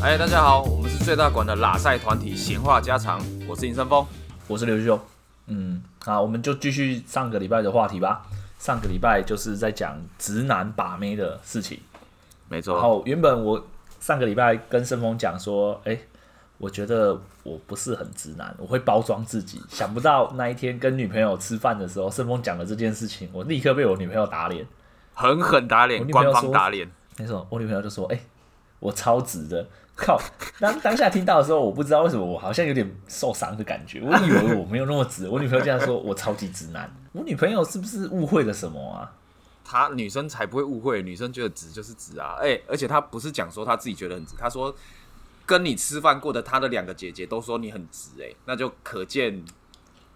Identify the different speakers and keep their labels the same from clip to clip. Speaker 1: 嗨，大家好，我们是最大馆的拉赛团体闲话家常，我是尹生峰。
Speaker 2: 我是刘秀。嗯，好，我们就继续上个礼拜的话题吧。上个礼拜就是在讲直男把妹的事情。
Speaker 1: 没
Speaker 2: 然
Speaker 1: 错，
Speaker 2: 后原本我上个礼拜跟盛峰讲说，哎、我觉得我不是很直男，我会包装自己。想不到那一天跟女朋友吃饭的时候，盛峰讲了这件事情，我立刻被我女朋友打脸。
Speaker 1: 狠狠打
Speaker 2: 我
Speaker 1: 脸，
Speaker 2: 女朋友
Speaker 1: 官方
Speaker 2: 说
Speaker 1: 打脸，
Speaker 2: 那时候我女朋友就说：“哎、我超直的， 靠！”当当下听到的时候，我不知道为什么我好像有点受伤的感觉，我以为我没有那么 直。我女朋友这样说，我超级直男。我女朋友是不是误会了什么啊？
Speaker 1: 他女生才不会误会，女生觉得直就是直啊。哎、而且他不是讲说他自己觉得很直，他说跟你吃饭过的他的两个姐姐都说你很直、哎，那就可见，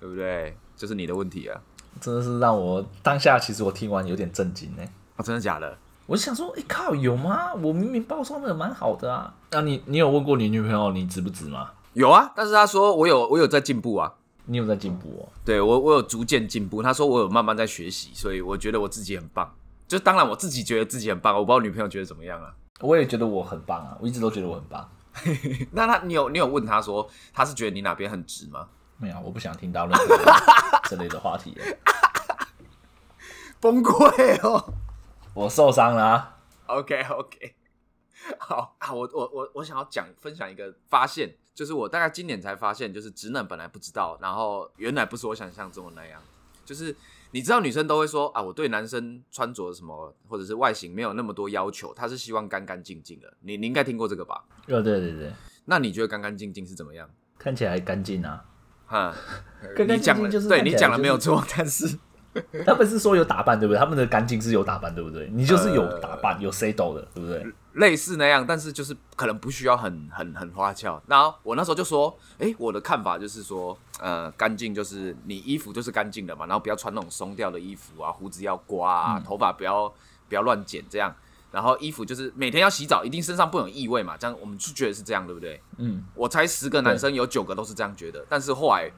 Speaker 1: 对不对？就是你的问题啊！
Speaker 2: 真的是让我当下，其实我听完有点震惊呢、欸
Speaker 1: 啊，真的假的？
Speaker 2: 我就想说，哎、靠，有吗？我明明包装的蛮好的啊。那、你你有问过你女朋友你直不直吗？
Speaker 1: 有啊，但是他说我有我有在进步啊，
Speaker 2: 你有在进步哦。
Speaker 1: 对我，我有逐渐进步。他说我有慢慢在学习，所以我觉得我自己很棒。就当然我自己觉得自己很棒，我不知道女朋友觉得怎么样啊。
Speaker 2: 我也觉得我很棒啊，我一直都觉得我很棒。
Speaker 1: 那他，你有你有问他说，他是觉得你哪边很直吗？
Speaker 2: 没有，我不想听到任何 这类的话题了，
Speaker 1: 崩溃 哦。
Speaker 2: 我受伤了、啊。
Speaker 1: OK OK，好啊，我我我我想要讲分享一个发现，就是我大概今年才发现，就是直男本来不知道，然后原来不是我想象中的那样，就是你知道女生都会说啊，我对男生穿着什么或者是外形没有那么多要求，他是希望干干净净的。你你应该听过这个吧？
Speaker 2: 呃，对对对，
Speaker 1: 那你觉得干干净净是怎么样？
Speaker 2: 看起来干净啊。
Speaker 1: 哈，
Speaker 2: 干干净净
Speaker 1: 呃你讲了，
Speaker 2: 就是
Speaker 1: 对
Speaker 2: 看起
Speaker 1: 你
Speaker 2: 来
Speaker 1: 讲了
Speaker 2: 就是
Speaker 1: 没有错，但是
Speaker 2: 他们是说有打扮，对不对？他们的干净是有打扮，对不对？你就是有打扮，
Speaker 1: 呃
Speaker 2: 有 say 斗的，对不对？
Speaker 1: 类似那样，但是就是可能不需要很很很花俏。然后我那时候就说，诶，我的看法就是说，呃，干净就是你衣服就是干净的嘛，然后不要穿那种松掉的衣服啊，胡子要刮啊，头发不要不要乱剪这样。然后衣服就是每天要洗澡，一定身上不能有异味嘛，这样我们就觉得是这样，对不对？
Speaker 2: 嗯，
Speaker 1: 我猜十个男生有九个都是这样觉得，但是后来，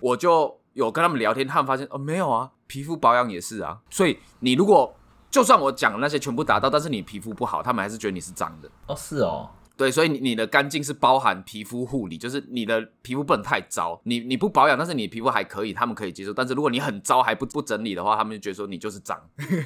Speaker 1: 我就有跟他们聊天，他们发现哦，没有啊，皮肤保养也是啊，所以你如果就算我讲的那些全部达到，但是你皮肤不好，他们还是觉得你是脏的。
Speaker 2: 哦，是哦，
Speaker 1: 对，所以你你的干净是包含皮肤护理，就是你的皮肤不能太糟，你你不保养，但是你的皮肤还可以，他们可以接受。但是如果你很糟还不不整理的话，他们就觉得说你就是脏。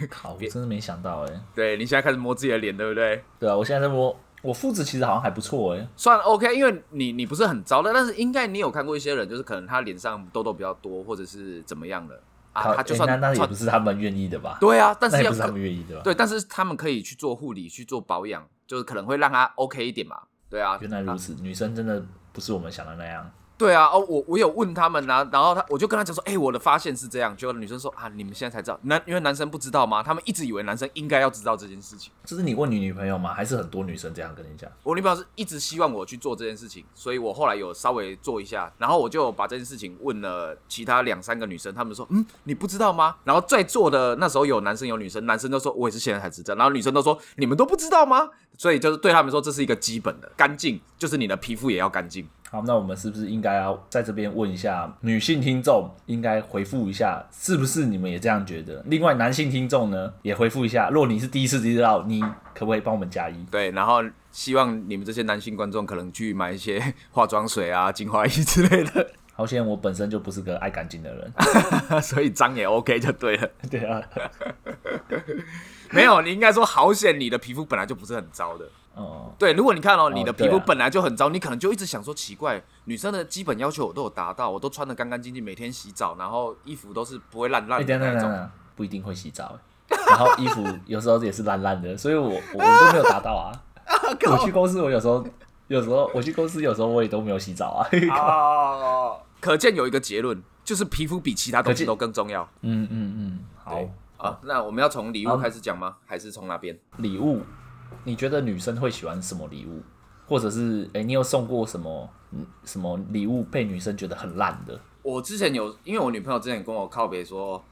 Speaker 2: 靠，我真的没想到哎。
Speaker 1: 对你现在开始摸自己的脸，对不对？
Speaker 2: 对啊，我现在在摸，我肤质其实好像还不错哎。
Speaker 1: 算 OK，因为你你不是很糟的，但是应该你有看过一些人，就是可能他脸上痘痘比较多，或者是怎么样的
Speaker 2: 靠
Speaker 1: 啊，他就
Speaker 2: 哎
Speaker 1: 算、
Speaker 2: 那那也
Speaker 1: 算
Speaker 2: 不是他们愿意的吧？
Speaker 1: 对啊，但
Speaker 2: 那
Speaker 1: 是
Speaker 2: 也
Speaker 1: 要
Speaker 2: 不是他
Speaker 1: 可
Speaker 2: 们愿意的吧？
Speaker 1: 对，但是他们可以去做护理，去做保养，就是可能会让他 OK 一点嘛。对啊，
Speaker 2: 原来如此，女生真的不是我们想的那样。
Speaker 1: 对啊，哦，我我有问他们啊，然后他我就跟他讲说，哎、我的发现是这样，结果女生说啊，你们现在才知道，男因为男生不知道吗？他们一直以为男生应该要知道这件事情。
Speaker 2: 就是你问你女朋友吗？还是很多女生这样跟你讲？
Speaker 1: 我女朋友是一直希望我去做这件事情，所以我后来有稍微做一下，然后我就把这件事情问了其他两三个女生，她们说，嗯，你不知道吗？然后在座的那时候有男生有女生，男生都说我也是现在才知道，然后女生都说你们都不知道吗？所以就是对他们说这是一个基本的干净，就是你的皮肤也要干净。
Speaker 2: 好，那我们是不是应该要在这边问一下女性听众，应该回复一下，是不是你们也这样觉得？另外，男性听众呢，也回复一下。若你是第一次知道，你可不可以帮我们加一？
Speaker 1: 对，然后希望你们这些男性观众可能去买一些 化妆水啊、精华液之类的，
Speaker 2: 好险，我本身就不是个爱干净的 人。
Speaker 1: 所以脏也 OK 就对了。
Speaker 2: 对啊，
Speaker 1: 没有，你应该说好险，你的皮肤本来就不是很糟的。
Speaker 2: 哦、
Speaker 1: 对，如果你看哦，你的皮
Speaker 2: 对
Speaker 1: 肤
Speaker 2: 啊
Speaker 1: 本来就很糟，你可能就一直想说奇怪，女生的基本要求我都有达到，我都穿的干干净净，每天洗澡，然后衣服都是不会烂
Speaker 2: 哎、
Speaker 1: 烂的
Speaker 2: 等等
Speaker 1: 那
Speaker 2: 等
Speaker 1: 种。
Speaker 2: 等，不一定会洗澡，欸然后衣服有时候也是烂烂的，所以我我我都没有达到 啊。我去公司，我有时候有时候我去公司，有时候我也都没有洗澡啊。
Speaker 1: 哦，可见有一个结论，就是皮肤比其他东西都更重要。
Speaker 2: 嗯嗯嗯，好
Speaker 1: 对。啊，那我们要从礼物
Speaker 2: 好
Speaker 1: 开始讲吗？还是从哪边？
Speaker 2: 礼物，你觉得女生会喜欢什么礼物？或者是哎、诶你有送过什么嗯什么礼物被女生觉得很烂的？
Speaker 1: 我之前有，因为我女朋友之前跟我靠别说，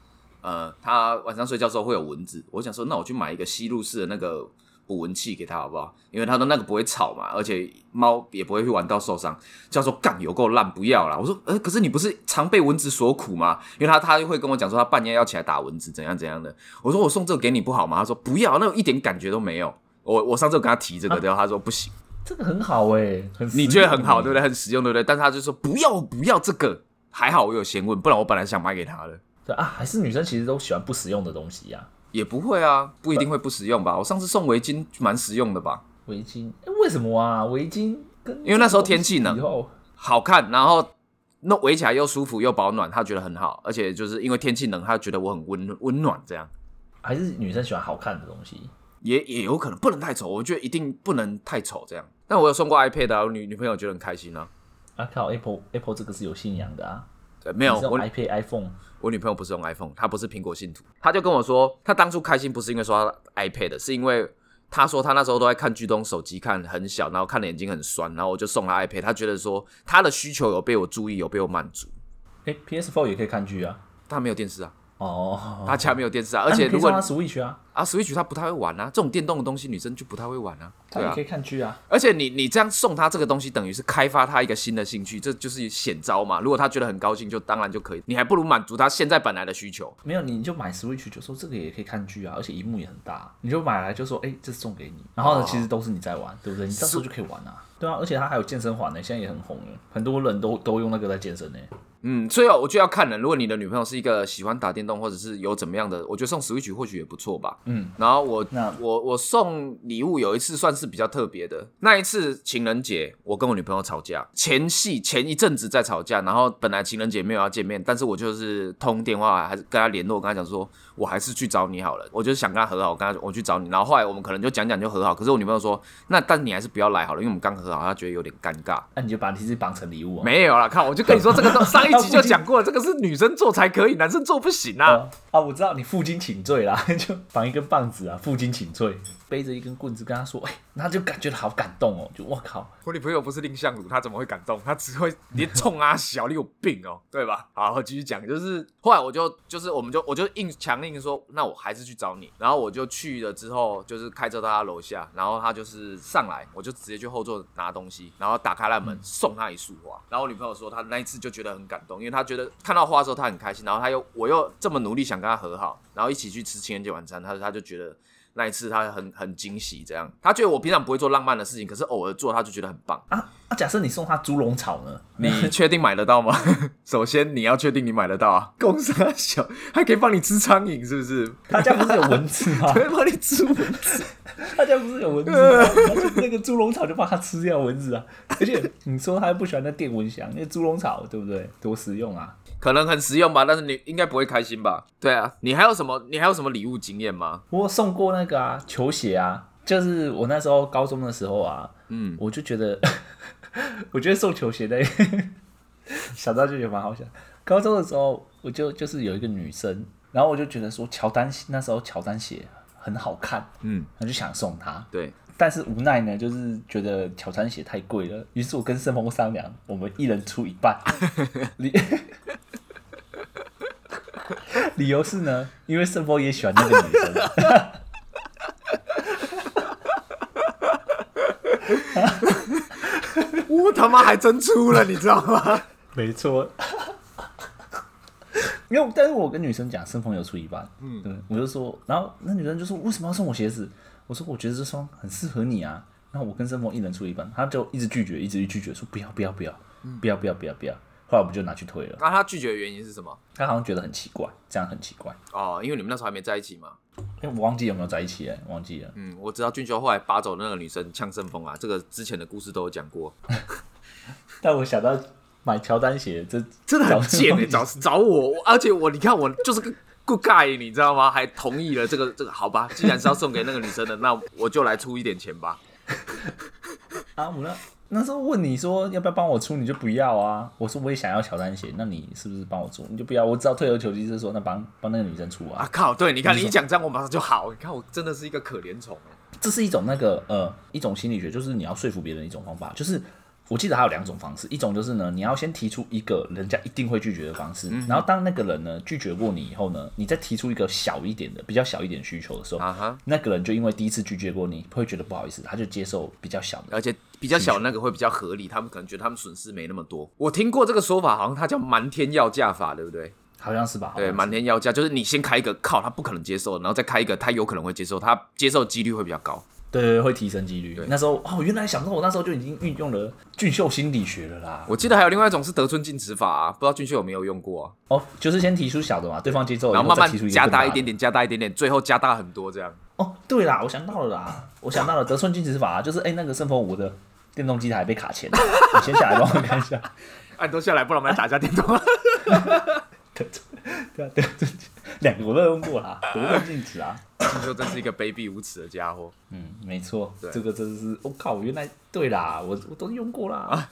Speaker 1: 呃，她晚上睡觉的时候会有蚊子，我想说，那我去买一个吸入式的那个捕蚊器给她好不好？因为她说那个不会吵嘛，而且猫也不会去玩到受伤。叫说干有够烂，不要啦！我说，呃，可是你不是常被蚊子所苦吗？因为她她会跟我讲说，她半夜要起来打蚊子，怎样怎样的。我说我送这个给你不好吗？她说不要，那有一点感觉都没有。我我上次有跟她提这个，然后她说不行。
Speaker 2: 这个很好哎、很
Speaker 1: 你觉得
Speaker 2: 实用
Speaker 1: 很好，
Speaker 2: 欸
Speaker 1: 对不对？很实用，对不对？但是他就说不要不要这个，还好我有先问，不然我本来想买给他的。
Speaker 2: 对啊，还是女生其实都喜欢不实用的东西呀、
Speaker 1: 也不会啊，不一定会不实用吧？我上次送围巾蛮实用的吧，
Speaker 2: 围巾、诶为什么啊？围巾跟
Speaker 1: 因为那时候天气冷
Speaker 2: 以后
Speaker 1: 好看，然后那围起来又舒服又保暖，他觉得很好，而且就是因为天气冷，他觉得我很温温暖，这样
Speaker 2: 还是女生喜欢好看的东西。
Speaker 1: 也也有可能不能太丑，我觉得一定不能太丑这样。但我有送过 iPad 啊，我女女朋友觉得很开心啊。
Speaker 2: 啊靠，Apple Apple 这个是有信仰的啊，
Speaker 1: 呃没有，
Speaker 2: 你是
Speaker 1: 我
Speaker 2: 用 iPad iPhone
Speaker 1: 我女朋友不是用 iPhone，她不是苹果信徒，她就跟我说，她当初开心不是因为说她 iPad，是因为她说她那时候都在看剧东手机看很小，然后看的眼睛很酸，然后我就送她 iPad，她觉得说她的需求有被我注意，有被我满足。
Speaker 2: 哎、p s Four 也可以看剧啊。
Speaker 1: 她没有电视啊，
Speaker 2: 哦，
Speaker 1: 她家没有电视啊，
Speaker 2: 而
Speaker 1: 而且如果
Speaker 2: 他 Switch 啊，
Speaker 1: 啊 Switch 她不太会玩啊，这种电动的东西女生就不太会玩啊，
Speaker 2: 他
Speaker 1: 对
Speaker 2: 也
Speaker 1: 啊
Speaker 2: 可以，看剧啊。
Speaker 1: 而且你你这样送她这个东西，等于是开发她一个新的兴趣，这就是显招嘛。如果她觉得很高兴，就当然就可以，你还不如满足她现在本来的需求。
Speaker 2: 没有，你就买 Switch 就说这个也可以看剧啊，而且荧幕也很大，你就买来就说，哎、这送给你。然后呢，
Speaker 1: 哦
Speaker 2: 其实都是你在玩，对不对？你到时候就可以玩啊。对啊，而且它还有健身环呢，现在也很红了，很多人都都用那个在健身呢。
Speaker 1: 嗯，所以哦我就要看人。如果你的女朋友是一个喜欢打电动，或者是有怎么样的，我觉得送 Switch 或许也不错吧。
Speaker 2: 嗯，
Speaker 1: 然后我
Speaker 2: 那
Speaker 1: 我我送礼物有一次算是比较特别的，那一次情人节，我跟我女朋友吵架，前戏前一阵子在吵架，然后本来情人节没有要见面，但是我就是通电话还是跟她联络，跟她讲说我还是去找你好了，我就是想跟她和好，我跟她我去找你，然后后来我们可能就讲讲就和好，可是我女朋友说那但你还是不要来好了，因为我们刚和好，她觉得有点尴尬。
Speaker 2: 那、啊你就把你自己绑成礼物、啊。
Speaker 1: 没有啦，看我就跟你说，这个都上一集就讲过了，这个是女生做才可以，男生做不行啊。
Speaker 2: 啊啊！我知道你负荆请罪啦， 就绑一根棒子啊，负荆请罪，背着一根棍子跟他说，哎、那就感觉好感动哦，就我靠，
Speaker 1: 我女朋友不是蔺相如，她怎么会感动？她只会连冲啊小，你有病哦， 对吧？好，我继续讲，就是后来我就就是我们就我就硬强硬说，那我还是去找你。然后我就去了之后，就是开车到她楼下，然后她就是上来，我就直接去后座拿东西，然后打开那门送她一束花。然后我女朋友说，她那一次就觉得很感动，因为她觉得看到花的时候她很开心，然后她又我又这么努力想跟她和好，然后一起去吃情人节晚餐，她她就觉得。那一次她很很惊喜，这样她觉得我平常不会做浪漫的事情，可是偶尔做她就觉得很 棒。
Speaker 2: 啊啊！假设你送他猪笼草呢？
Speaker 1: 你确定买得到吗？ 首先你要确定你买得到啊！ 公司很小，还可以帮你吃苍蝇，是不是？
Speaker 2: 他家不是有蚊子吗？
Speaker 1: 还帮你吃蚊子，
Speaker 2: 他家不是有蚊子
Speaker 1: 呃
Speaker 2: 吗？他就那个猪笼草就帮他吃掉蚊 子啊！而且你说他不喜欢那电蚊香，那猪笼草对不对？多实用啊！
Speaker 1: 可能很实用吧，但是你应该不会开心吧？对啊，你还有什么？你还有什么礼物经验吗？
Speaker 2: 我送过那个啊球鞋啊，就是我那时候高中的时候啊，
Speaker 1: 嗯，
Speaker 2: 我就觉得， 我觉得送球鞋的 想到就觉得蛮好笑。高中的时候，我就就是有一个女生，然后我就觉得说乔丹那时候乔丹鞋很好看，
Speaker 1: 嗯，
Speaker 2: 我就想送她，
Speaker 1: 对，
Speaker 2: 但是无奈呢，就是觉得乔丹鞋太贵了，于是我跟盛峰商量，我们一人出一半。理 理由是呢，因为盛峰也喜欢那个女生。
Speaker 1: 我他妈还真出了，你知道吗？
Speaker 2: 没错。因为，但是我跟女生讲，生朋友出一半，嗯，对，我就说，然后那女生就说，为什么要送我鞋子？我说，我觉得这双很适合你啊。然后我跟生朋友一人出一半，她就一直拒绝，一直拒绝，说不要，不要，不要，不要，不要，不要，不要。后来我们就拿去退了。
Speaker 1: 那他拒绝的原因是什么？
Speaker 2: 她好像觉得很奇怪，这样很奇怪。
Speaker 1: 哦，因为你们那时候还没在一起嘛。
Speaker 2: 哎，我忘记有没有在一起了，忘记了。
Speaker 1: 嗯，我知道俊修后来拔走那个女生呛盛风啊，这个之前的故事都有讲过，
Speaker 2: 但我想到买乔丹鞋，这
Speaker 1: 真的很贱哎、
Speaker 2: 找
Speaker 1: 找找我，我而且我你看我就是个 good guy，你知道吗？还同意了这个这个，好吧，既然是要送给那个女生的，那我就来出一点钱吧。
Speaker 2: 啊，我那那时候问你说要不要帮我出，你就不要啊。我说我也想要乔丹鞋，那你是不是帮我出？你就不要。我知道退而求其次说，那帮帮那个女生出啊
Speaker 1: 啊。靠，对，你看你一讲这样，我马上就好，你看我真的是一个可怜虫哎
Speaker 2: 这是一种那个呃一种心理学，就是你要说服别人的一种方法，就是。我记得还有两种方式，一种就是呢，你要先提出一个人家一定会拒绝的方式，
Speaker 1: 嗯
Speaker 2: 然后当那个人呢拒绝过你以后呢，你再提出一个小一点的、比较小一点的需求的时候，
Speaker 1: 啊哈，
Speaker 2: 那个人就因为第一次拒绝过你，会觉得不好意思，他就接受比较小的。
Speaker 1: 而且比较小那个会比较合理，他们可能觉得他们损失没那么多。我听过这个说法，好像它叫瞒天要价法，对不对？
Speaker 2: 好像是吧？好像
Speaker 1: 对，
Speaker 2: 是
Speaker 1: 瞒天要价就是你先开一个靠他不可能接受，然后再开一个他有可能会接受，他接受几率会比较高。
Speaker 2: 对对，对会提升几率
Speaker 1: 对。
Speaker 2: 那时候哦，原来想不到我那时候就已经运用了俊秀心理学了啦。
Speaker 1: 我记得还有另外一种是得寸进尺法、啊，不知道俊秀有没有用过啊？
Speaker 2: 哦，就是先提出小的嘛，对方接受，
Speaker 1: 然后慢
Speaker 2: 再提出
Speaker 1: 慢
Speaker 2: 一个
Speaker 1: 加
Speaker 2: 更
Speaker 1: 大
Speaker 2: 的
Speaker 1: 一点点，加大一点点，最后加大很多这样。
Speaker 2: 哦，对啦，我想到了啦，我想到了得寸进尺法、 就是哎、那个顺风五的电动机台被卡钳了， 你先下来帮我看一下。
Speaker 1: 按啊都下来，不然我们来打一下电动。
Speaker 2: 对啊，得寸进两个我都用过啦，得寸进尺啊。
Speaker 1: 俊秀真是一个卑鄙无耻的家伙。
Speaker 2: 嗯，没错
Speaker 1: 对，
Speaker 2: 这个真是，我、靠，原来对啦，我我都用过啦。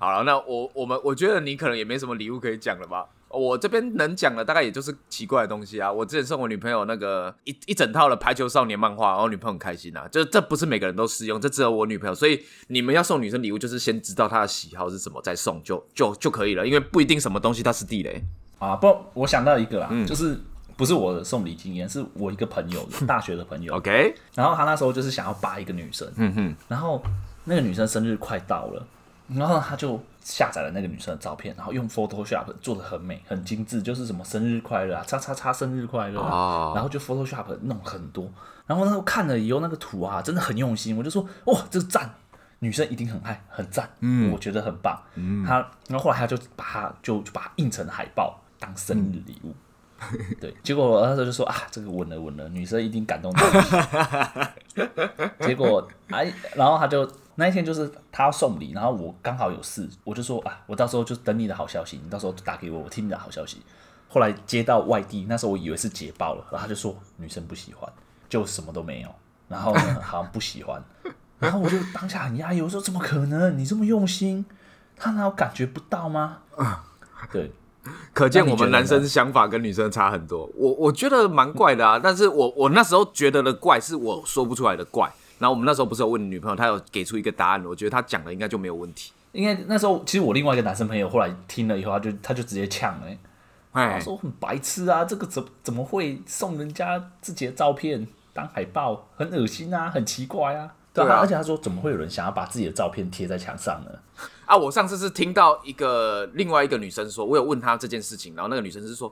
Speaker 1: 好了，那我我们我觉得你可能也没什么礼物可以讲了吧？我这边能讲的大概也就是奇怪的东西啊。我之前送我女朋友那个一一整套的排球少年漫画，然后女朋友很开心啊。就这不是每个人都适用，这只有我女朋友。所以你们要送女生礼物，就是先知道她的喜好是什么再送就就就可以了，因为不一定什么东西它是地雷。
Speaker 2: 啊，不，我想到一个啦，就是不是我的送礼经验，是我一个朋友的，大学的朋友，
Speaker 1: OK，
Speaker 2: 然后他那时候就是想要扒一个女生，
Speaker 1: 嗯哼，
Speaker 2: 然后那个女生生日快到了，然后他就下载了那个女生的照片，然后用 Photoshop 做的很美、很精致，就是什么生日快乐啊，叉叉叉生日快乐啊，
Speaker 1: 哦
Speaker 2: 然后就 Photoshop 弄很多，然后那时候看了以后那个图啊，真的很用心，我就说哇，这个赞。女生一定很爱，很赞，嗯，我觉得很棒，嗯，他，然后后来他就把它就就把它印成海报当生日礼
Speaker 1: 嗯
Speaker 2: 物，对，结果我那时候就说啊，这个稳了稳了，女生一定感动到不行。结果哎，然后他就那一天就是他要送礼，然后我刚好有事，我就说啊，我到时候就等你的好消息，你到时候打给我，我听你的好消息。后来接到外地，那时候我以为是捷报了，然后他就说女生不喜欢，就什么都没有，然后呢好像不喜欢，然后我就当下很压抑，我说怎么可能？你这么用心， 他哪有感觉不到吗？ 对，
Speaker 1: 可见
Speaker 2: 那你
Speaker 1: 我们
Speaker 2: 觉得
Speaker 1: 男生想法跟女生差很多。我我觉得蛮怪 的啊，但是我我那时候觉得的怪是我说不出来的怪。然后我们那时候不是有问女朋友，她有给出一个答案，我觉得她讲的应该就没有问题。
Speaker 2: 应该那时候其实我另外一个男生朋友后来听了以后，他就他就直接呛了、欸
Speaker 1: 哎
Speaker 2: 他，说很白痴啊，这个怎怎么会送人家自己的照片当海报，很恶心啊，很奇怪啊。对
Speaker 1: 对啊
Speaker 2: 啊，而且他说怎么会有人想要把自己的照片贴在墙上呢？
Speaker 1: 啊，我上次是听到一个另外一个女生说，我有问她这件事情，然后那个女生是说，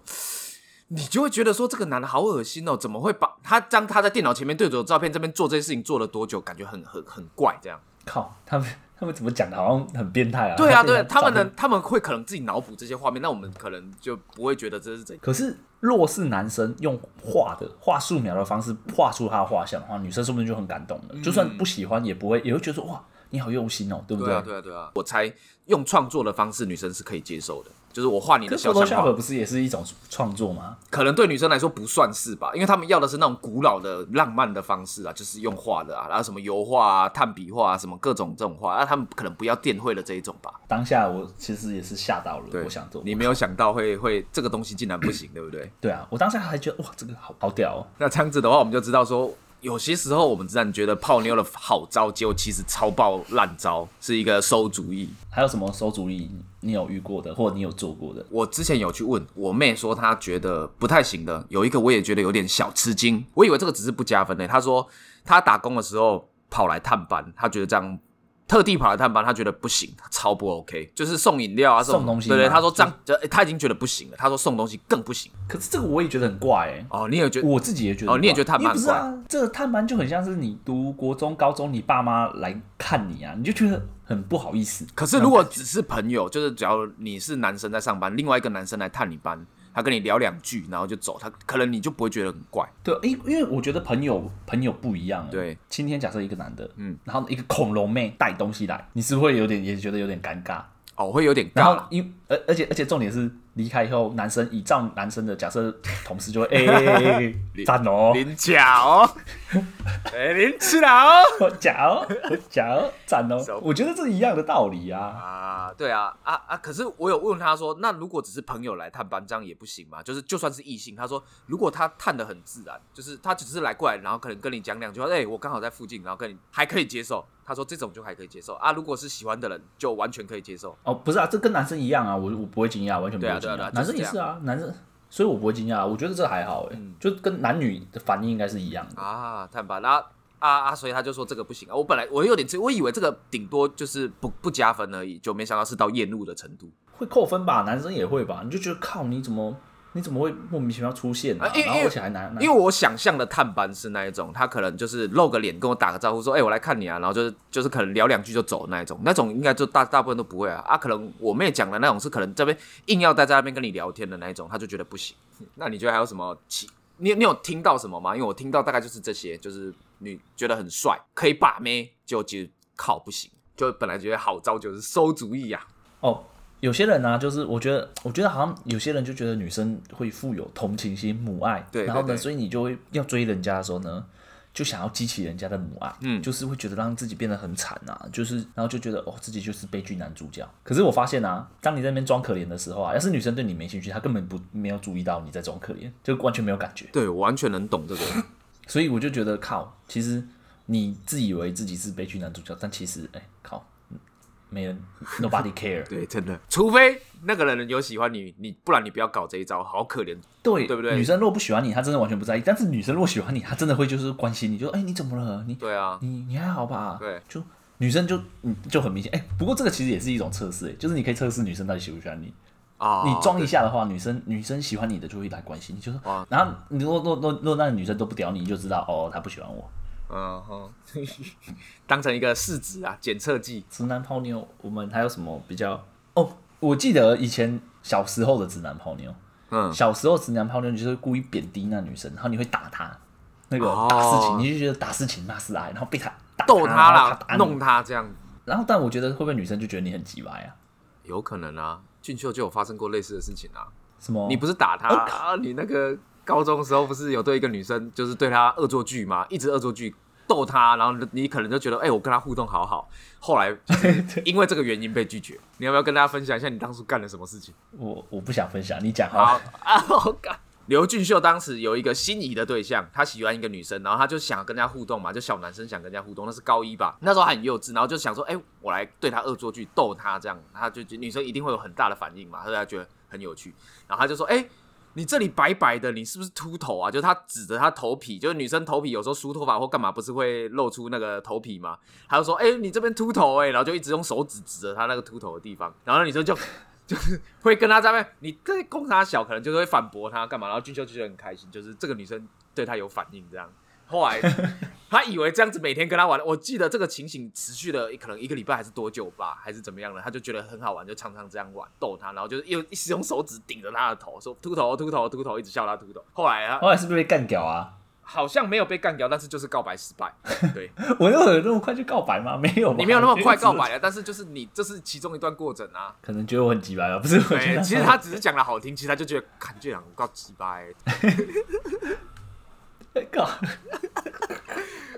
Speaker 1: 你就会觉得说这个男的好恶心哦，怎么会把他当他在电脑前面对着我照片这边做这些事情做了多久，感觉很很很怪这样。
Speaker 2: 靠，他们他们怎么讲的，好像很变态啊。
Speaker 1: 对啊，
Speaker 2: 这个
Speaker 1: 对，他们
Speaker 2: 照
Speaker 1: 的
Speaker 2: 片。
Speaker 1: 他们会可能自己脑补这些画面，那我们可能就不会觉得这是怎
Speaker 2: 可是若是男生用画的画素描的方式画出他的画像的话，女生说不定就很感动了，
Speaker 1: 嗯
Speaker 2: 就算不喜欢也不会，也会觉得说哇，你好用心哦，对不
Speaker 1: 对啊，对啊，对啊，我猜用创作的方式，女生是可以接受的。就是我画你的
Speaker 2: 可
Speaker 1: 肖像画，
Speaker 2: Photoshop 不是也是一种创作吗？
Speaker 1: 可能对女生来说不算是吧，因为他们要的是那种古老的浪漫的方式啊，就是用画的啊，然后什么油画啊、炭笔画啊，什么各种这种画，啊那、他们可能不要电绘的这一种吧。
Speaker 2: 当下我其实也是吓到了，我想做。
Speaker 1: 你没有想到会会这个东西竟然不行，对不对？
Speaker 2: 对啊，我当下还觉得哇，这个好好屌哦。
Speaker 1: 那这样子的话，我们就知道说，有些时候我们自然觉得泡妞的好招，结果其实超爆烂招，是一个馊主意。
Speaker 2: 还有什么馊主意你有遇过的，或者你有做过的？
Speaker 1: 我之前有去问我妹，说她觉得不太行的，有一个我也觉得有点小吃惊，我以为这个只是不加分呢、欸她说她打工的时候跑来探班，她觉得这样特地跑来探班，她觉得不行，超不 OK，就是送饮料啊，这种
Speaker 2: 送东西
Speaker 1: 对对，
Speaker 2: 吗
Speaker 1: 她说这样，呃她已经觉得不行了，她说送东西更不行。
Speaker 2: 可是这个我也觉得很怪哎、
Speaker 1: 哦，你也觉得
Speaker 2: 我自己也觉得
Speaker 1: 哦你也觉得探
Speaker 2: 探
Speaker 1: 班
Speaker 2: 班不是啊？这个探班就很像是你读国中、高中，你爸妈来看你啊，你就觉得很不好意思。
Speaker 1: 可是如果只是朋友，就是只要你是男生在上班，另外一个男生来探你班，他跟你聊两句，然后就走，他可能你就不会觉得很怪。
Speaker 2: 对，因因为我觉得朋友朋友不一样啊。
Speaker 1: 对，
Speaker 2: 今天假设一个男的，嗯，然后一个恐龙妹带东西来，你是不是会有点也觉得有点尴尬？
Speaker 1: 哦，会有点
Speaker 2: 然
Speaker 1: 尬
Speaker 2: 后
Speaker 1: 啦。
Speaker 2: 因而而且而且重点是离开以后，男生倚仗男生的假设，同事 就会哎哎哎哎哎赞哦，
Speaker 1: 林巧， 哎，林吃了
Speaker 2: 我假哦，我假哦，赞
Speaker 1: 走
Speaker 2: 哦！我觉得这一样的道理啊。
Speaker 1: 啊，对啊，啊啊！可是我有问他说，那如果只是朋友来探班，这样也不行吗？就是就算是异性，他说如果他探的很自然，就是他只是来过来，然后可能跟你讲两句话，哎、我刚好在附近，然后跟你还可以接受。他说这种就还可以接受啊，如果是喜欢的人，就完全可以接受。
Speaker 2: 哦，不是啊，这跟男生一样啊，我我不会惊讶，完全不
Speaker 1: 对啊
Speaker 2: 会惊
Speaker 1: 对啊对啊
Speaker 2: 讶。男生也
Speaker 1: 就是嗯
Speaker 2: 是啊，男生，所以我不会惊讶。啊我觉得这还好哎，就跟男女的反应应该是一样的。
Speaker 1: 啊，探班那啊啊，所以他就说这个不行啊。我本来我有点，我以为这个顶多就是不不加分而已，就没想到是到厌恶的程度。
Speaker 2: 会扣分吧？男生也会吧？你就觉得靠，你怎么你怎么会莫名其妙出现、啊
Speaker 1: 啊因为
Speaker 2: 然后
Speaker 1: 因为
Speaker 2: 而且还拿拿
Speaker 1: 因为我想象的探班是那一种，他可能就是露个脸跟我打个招呼说：“哎、我来看你啊。”然后就是就是可能聊两句就走那一种，那种应该就大大部分都不会啊。啊，可能我妹讲的那种是可能这边硬要待在那边跟你聊天的那一种，他就觉得不行。 那你觉得还有什么奇？你你有听到什么吗？因为我听到大概就是这些，就是你觉得很帅，可以把妹，就就靠不行，就本来觉得好招就是馊主意啊。
Speaker 2: 哦，有些人呢、就是我觉得，我觉得好像有些人就觉得女生会富有同情心、母爱，
Speaker 1: 对
Speaker 2: 然后
Speaker 1: 对
Speaker 2: 呢，
Speaker 1: 对
Speaker 2: 所以你就会要追人家的时候呢，就想要激起人家的母爱，嗯，就是会觉得让自己变得很惨啊，就是然后就觉得哦，自己就是悲剧男主角。可是我发现啊，当你在那边装可怜的时候啊，要是女生对你没兴趣，她根本不没有注意到你在装可怜，就完全没有感觉。
Speaker 1: 对，我完全能懂这个。
Speaker 2: 所以我就觉得靠，其实你自以为自己是悲剧男主角，但其实哎、靠，没人 nobody care。
Speaker 1: 对，真的， 除非那个人有喜欢你，你不然你不要搞这一招，好可怜。
Speaker 2: 对，
Speaker 1: 对不对
Speaker 2: 女生如果不喜欢你，她真的完全不在意；但是女生如果喜欢你，她真的会就是关心你，就说：“哎、你怎么了？你
Speaker 1: 对啊，
Speaker 2: 你你还好吧？”
Speaker 1: 对
Speaker 2: 就女生就嗯就很明显。哎、不过这个其实也是一种测试、哎，就是你可以测试女生到底喜不喜欢你。
Speaker 1: 啊，
Speaker 2: 你装一下的话，女生女生喜欢你的就会来关心你，就说
Speaker 1: 哇。
Speaker 2: 然后你若若若若那个女生都不屌你，你就知道哦，她不喜欢我。
Speaker 1: 嗯哼， 当成一个试纸啊，检测剂。
Speaker 2: 直男泡妞，我们还有什么比较？哦，我记得以前小时候的直男泡妞，
Speaker 1: 嗯
Speaker 2: 小时候直男泡妞，你就是故意贬低那女生，然后你会打她，那个打是情，
Speaker 1: 哦
Speaker 2: 你就觉得打是情，骂是爱，然后被她打
Speaker 1: 逗他
Speaker 2: 她然后
Speaker 1: 啦
Speaker 2: 她，打你
Speaker 1: 弄他这样，
Speaker 2: 然后但我觉得会不会女生就觉得你很鸡歪啊？
Speaker 1: 有可能啊。俊秀就有发生过类似的事情啊。
Speaker 2: 什么？
Speaker 1: 你不是打
Speaker 2: 哦
Speaker 1: 他啊？你那个高中时候不是有对一个女生，就是对她恶作剧吗？一直恶作剧逗她，然后你可能就觉得，哎、我跟她互动好好。后来就是因为这个原因被拒绝。你要不要跟大家分享一下你当初干了什么事情？
Speaker 2: 我我不想分享，你讲好
Speaker 1: 好。啊，好干。刘俊秀当时有一个心仪的对象，他喜欢一个女生，然后他就想跟人家互动嘛，就小男生想跟人家互动，那是高一吧，那时候还很幼稚，然后就想说，哎、我来对他恶作剧逗他这样，他就觉得女生一定会有很大的反应嘛，所以他觉得很有趣，然后他就说，哎、你这里白白的，你是不是秃头啊？就是他指着他头皮，就是女生头皮有时候梳头发或干嘛，不是会露出那个头皮吗？他就说：“哎、你这边秃头哎、然后就一直用手指指着他那个秃头的地方，然后那女生就 就是会跟他在那边，你这攻他小，可能就是会反驳他干嘛，然后俊秀就觉得很开心，就是这个女生对他有反应这样。后来 他以为这样子每天跟他玩，我记得这个情形持续了可能一个礼拜还是多久吧，还是怎么样的，他就觉得很好玩，就常常这样玩逗他，然后就是又一直用手指顶着他的头说秃头秃头秃头，一直笑他秃头。后来他
Speaker 2: 后来是不是被干掉啊？
Speaker 1: 好像没有被干掉，但是就是告白失败。对
Speaker 2: 我又有那么快就告白吗？ 没有吧，
Speaker 1: 你没有那么快告
Speaker 2: 我
Speaker 1: 白
Speaker 2: 只是，
Speaker 1: 啊，但是就是你这是其中一段过程啊。
Speaker 2: 可能觉得我很鸡歪吧？不是，我 觉
Speaker 1: 对，
Speaker 2: 得
Speaker 1: 其实他只是讲的好听，其实他就觉得看这两个告鸡巴欸，
Speaker 2: 告。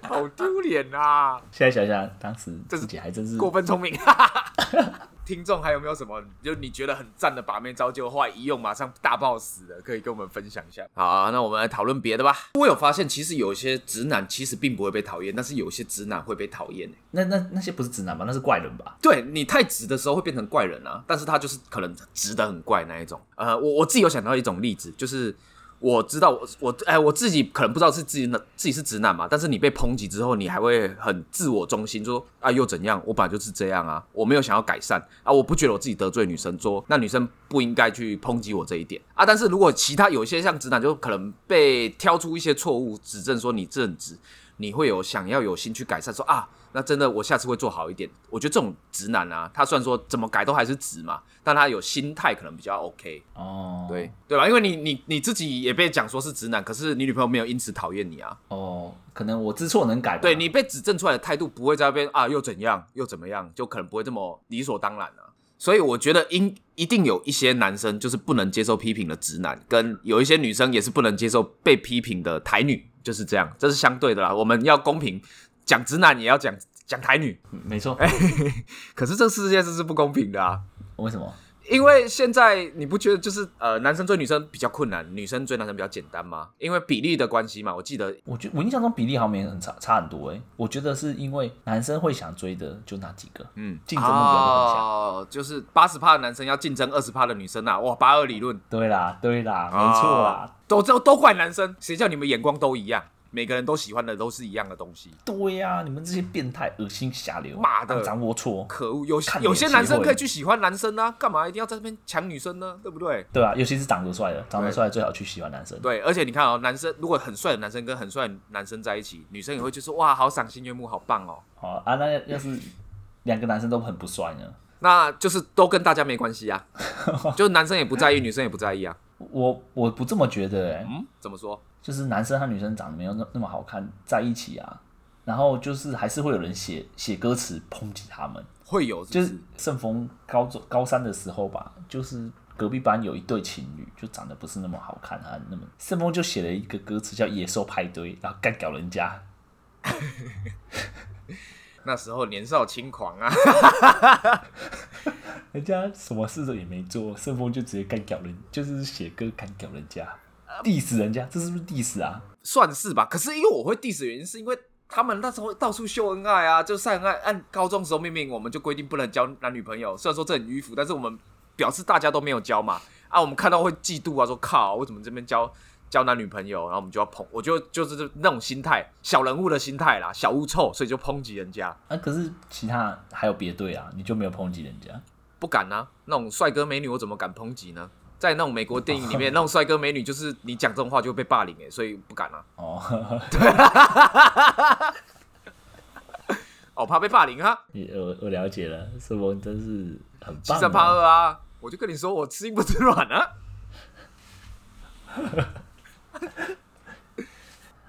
Speaker 1: 好丢脸 啊！
Speaker 2: 现在想想，当时
Speaker 1: 这是
Speaker 2: 自己还真是
Speaker 1: 过分聪明。 听众还有没有什么就你觉得很赞的把妹招，就后来一用马上大爆死的，可以跟我们分享一下？好啊、那我们来讨论别的吧。我有发现，其实有些直男其实并不会被讨厌，但是有些直男会被讨厌、欸。
Speaker 2: 那那那些不是直男吧？那是怪人吧？
Speaker 1: 对你太直的时候会变成怪人啊，但是他就是可能直的很怪那一种。呃，我我自己有想到一种例子，就是我知道我我哎、我自己可能不知道是自己自己是直男嘛，但是你被抨击之后，你还会很自我中心，说啊又怎样，我本来就是这样啊，我没有想要改善啊，我不觉得我自己得罪女生，说那女生不应该去抨击我这一点啊。但是如果其他有一些像直男，就可能被挑出一些错误，指正说你这很直，你会有想要有心去改善说啊，那真的我下次会做好一点。我觉得这种直男啊，他虽然说怎么改都还是直嘛，但他有心态可能比较 OK，
Speaker 2: 哦，
Speaker 1: 对、对吧？因为你你你自己也被讲说是直男，可是你女朋友没有因此讨厌你啊，
Speaker 2: 哦，可能我知错能改吧。
Speaker 1: 对你被指正出来的态度不会在那边啊又怎样又怎么样，就可能不会这么理所当然了、所以我觉得应一定有一些男生就是不能接受批评的直男，跟有一些女生也是不能接受被批评的台女，就是这样，这是相对的啦。我们要公平，讲直男也要讲讲台女，
Speaker 2: 没错。
Speaker 1: 哎可是这世界这是不公平的啊。
Speaker 2: 为什么？
Speaker 1: 因为现在你不觉得就是呃，男生追女生比较困难，女生追男生比较简单吗？因为比例的关系嘛，我记得
Speaker 2: 我觉我印象中比例好像没很差差很多哎、我觉得是因为男生会想追的就那几个，
Speaker 1: 嗯，
Speaker 2: 竞争目标都很强。
Speaker 1: 哦，就是八十趴的男生要竞争二十趴的女生啊，哇，八二理论，啊
Speaker 2: 对啦，对啦，没错啦。啊
Speaker 1: 哦，都都都怪男生，谁叫你们眼光都一样？每个人都喜欢的都是一样的东西。
Speaker 2: 对呀、你们这些变态、恶心、下流、
Speaker 1: 妈的
Speaker 2: 肮脏龌龊，
Speaker 1: 可恶，有
Speaker 2: 看脸
Speaker 1: 有些男
Speaker 2: 协
Speaker 1: 生
Speaker 2: 会
Speaker 1: 可以去喜欢男生啊，干嘛一定要在那边抢女生呢？对不对？
Speaker 2: 对啊，尤其是长得帅的，长得
Speaker 1: 对
Speaker 2: 帅最好去喜欢男生。
Speaker 1: 对，而且你看哦，男生如果很帅的男生跟很帅的男生在一起，女生也会就说哇，好赏心悦目，好棒哦。
Speaker 2: 好啊，那要是两个男生都很不帅呢？
Speaker 1: 那就是都跟大家没关系 啊，就男生也不在意，女生也不在意啊。
Speaker 2: 我我不这么觉得、欸，
Speaker 1: 嗯，怎么说？
Speaker 2: 就是男生和女生长得没有那那么好看，在一起啊，然后就是还是会有人写写歌词抨击他们。
Speaker 1: 会有是不
Speaker 2: 就是是盛峰高中高三的时候吧，就是隔壁班有一对情侣，就长得不是那么好看啊，那么盛峰就写了一个歌词叫《野兽派对》，然后干掉人家。
Speaker 1: 那时候年少轻狂啊，
Speaker 2: 人家什么事都也没做，盛峰就直接干掉人，就是写歌干掉人家，diss 人家，这是不是 diss 啊？
Speaker 1: 算是吧。可是因为我会 diss 的原因，是因为他们那时候到处秀恩爱啊，就晒恩爱。按高中时候命令，我们就规定不能交男女朋友，虽然说这很迂腐，但是我们表示大家都没有交嘛。啊，我们看到会嫉妒啊，说靠，我怎么这边交交男女朋友，然后我们就要捧，我就就是那种心态，小人物的心态啦，小物臭，所以就抨击人家，
Speaker 2: 啊，可是其他还有别对啊，你就没有抨击人家。
Speaker 1: 不敢啊。那种帅哥美女，我怎么敢抨击呢？在那种美国电影里面，那种帅哥美女就是你讲这种话就会被霸凌哎、所以不敢啊。
Speaker 2: 哦，
Speaker 1: 哦，怕被霸凌啊。
Speaker 2: 你我我了解了，盛峰真是很
Speaker 1: 欺
Speaker 2: 棒、
Speaker 1: 三怕
Speaker 2: 啊。
Speaker 1: 二啊！我就跟你说，我吃硬不吃软啊！
Speaker 2: 好啦，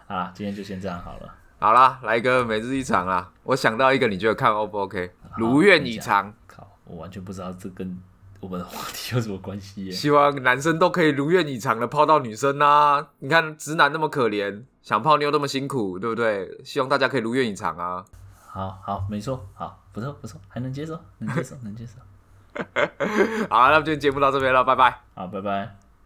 Speaker 2: 啊今天就先这样好了。
Speaker 1: 好啦，来个每日一场啦！我想到一个，你觉得看 O 不 OK？如愿以偿，
Speaker 2: 靠，我完全不知道这跟我们的话题有什么关系耶。
Speaker 1: 希望男生都可以如愿以偿的泡到女生啦、你看直男那么可怜，想泡妞那么辛苦，对不对？希望大家可以如愿以偿啊！
Speaker 2: 好好，没错，好，不错不错，还能接受，能接受，能接受。
Speaker 1: 好，那么今天节目到这边了，拜拜。
Speaker 2: 好，拜拜。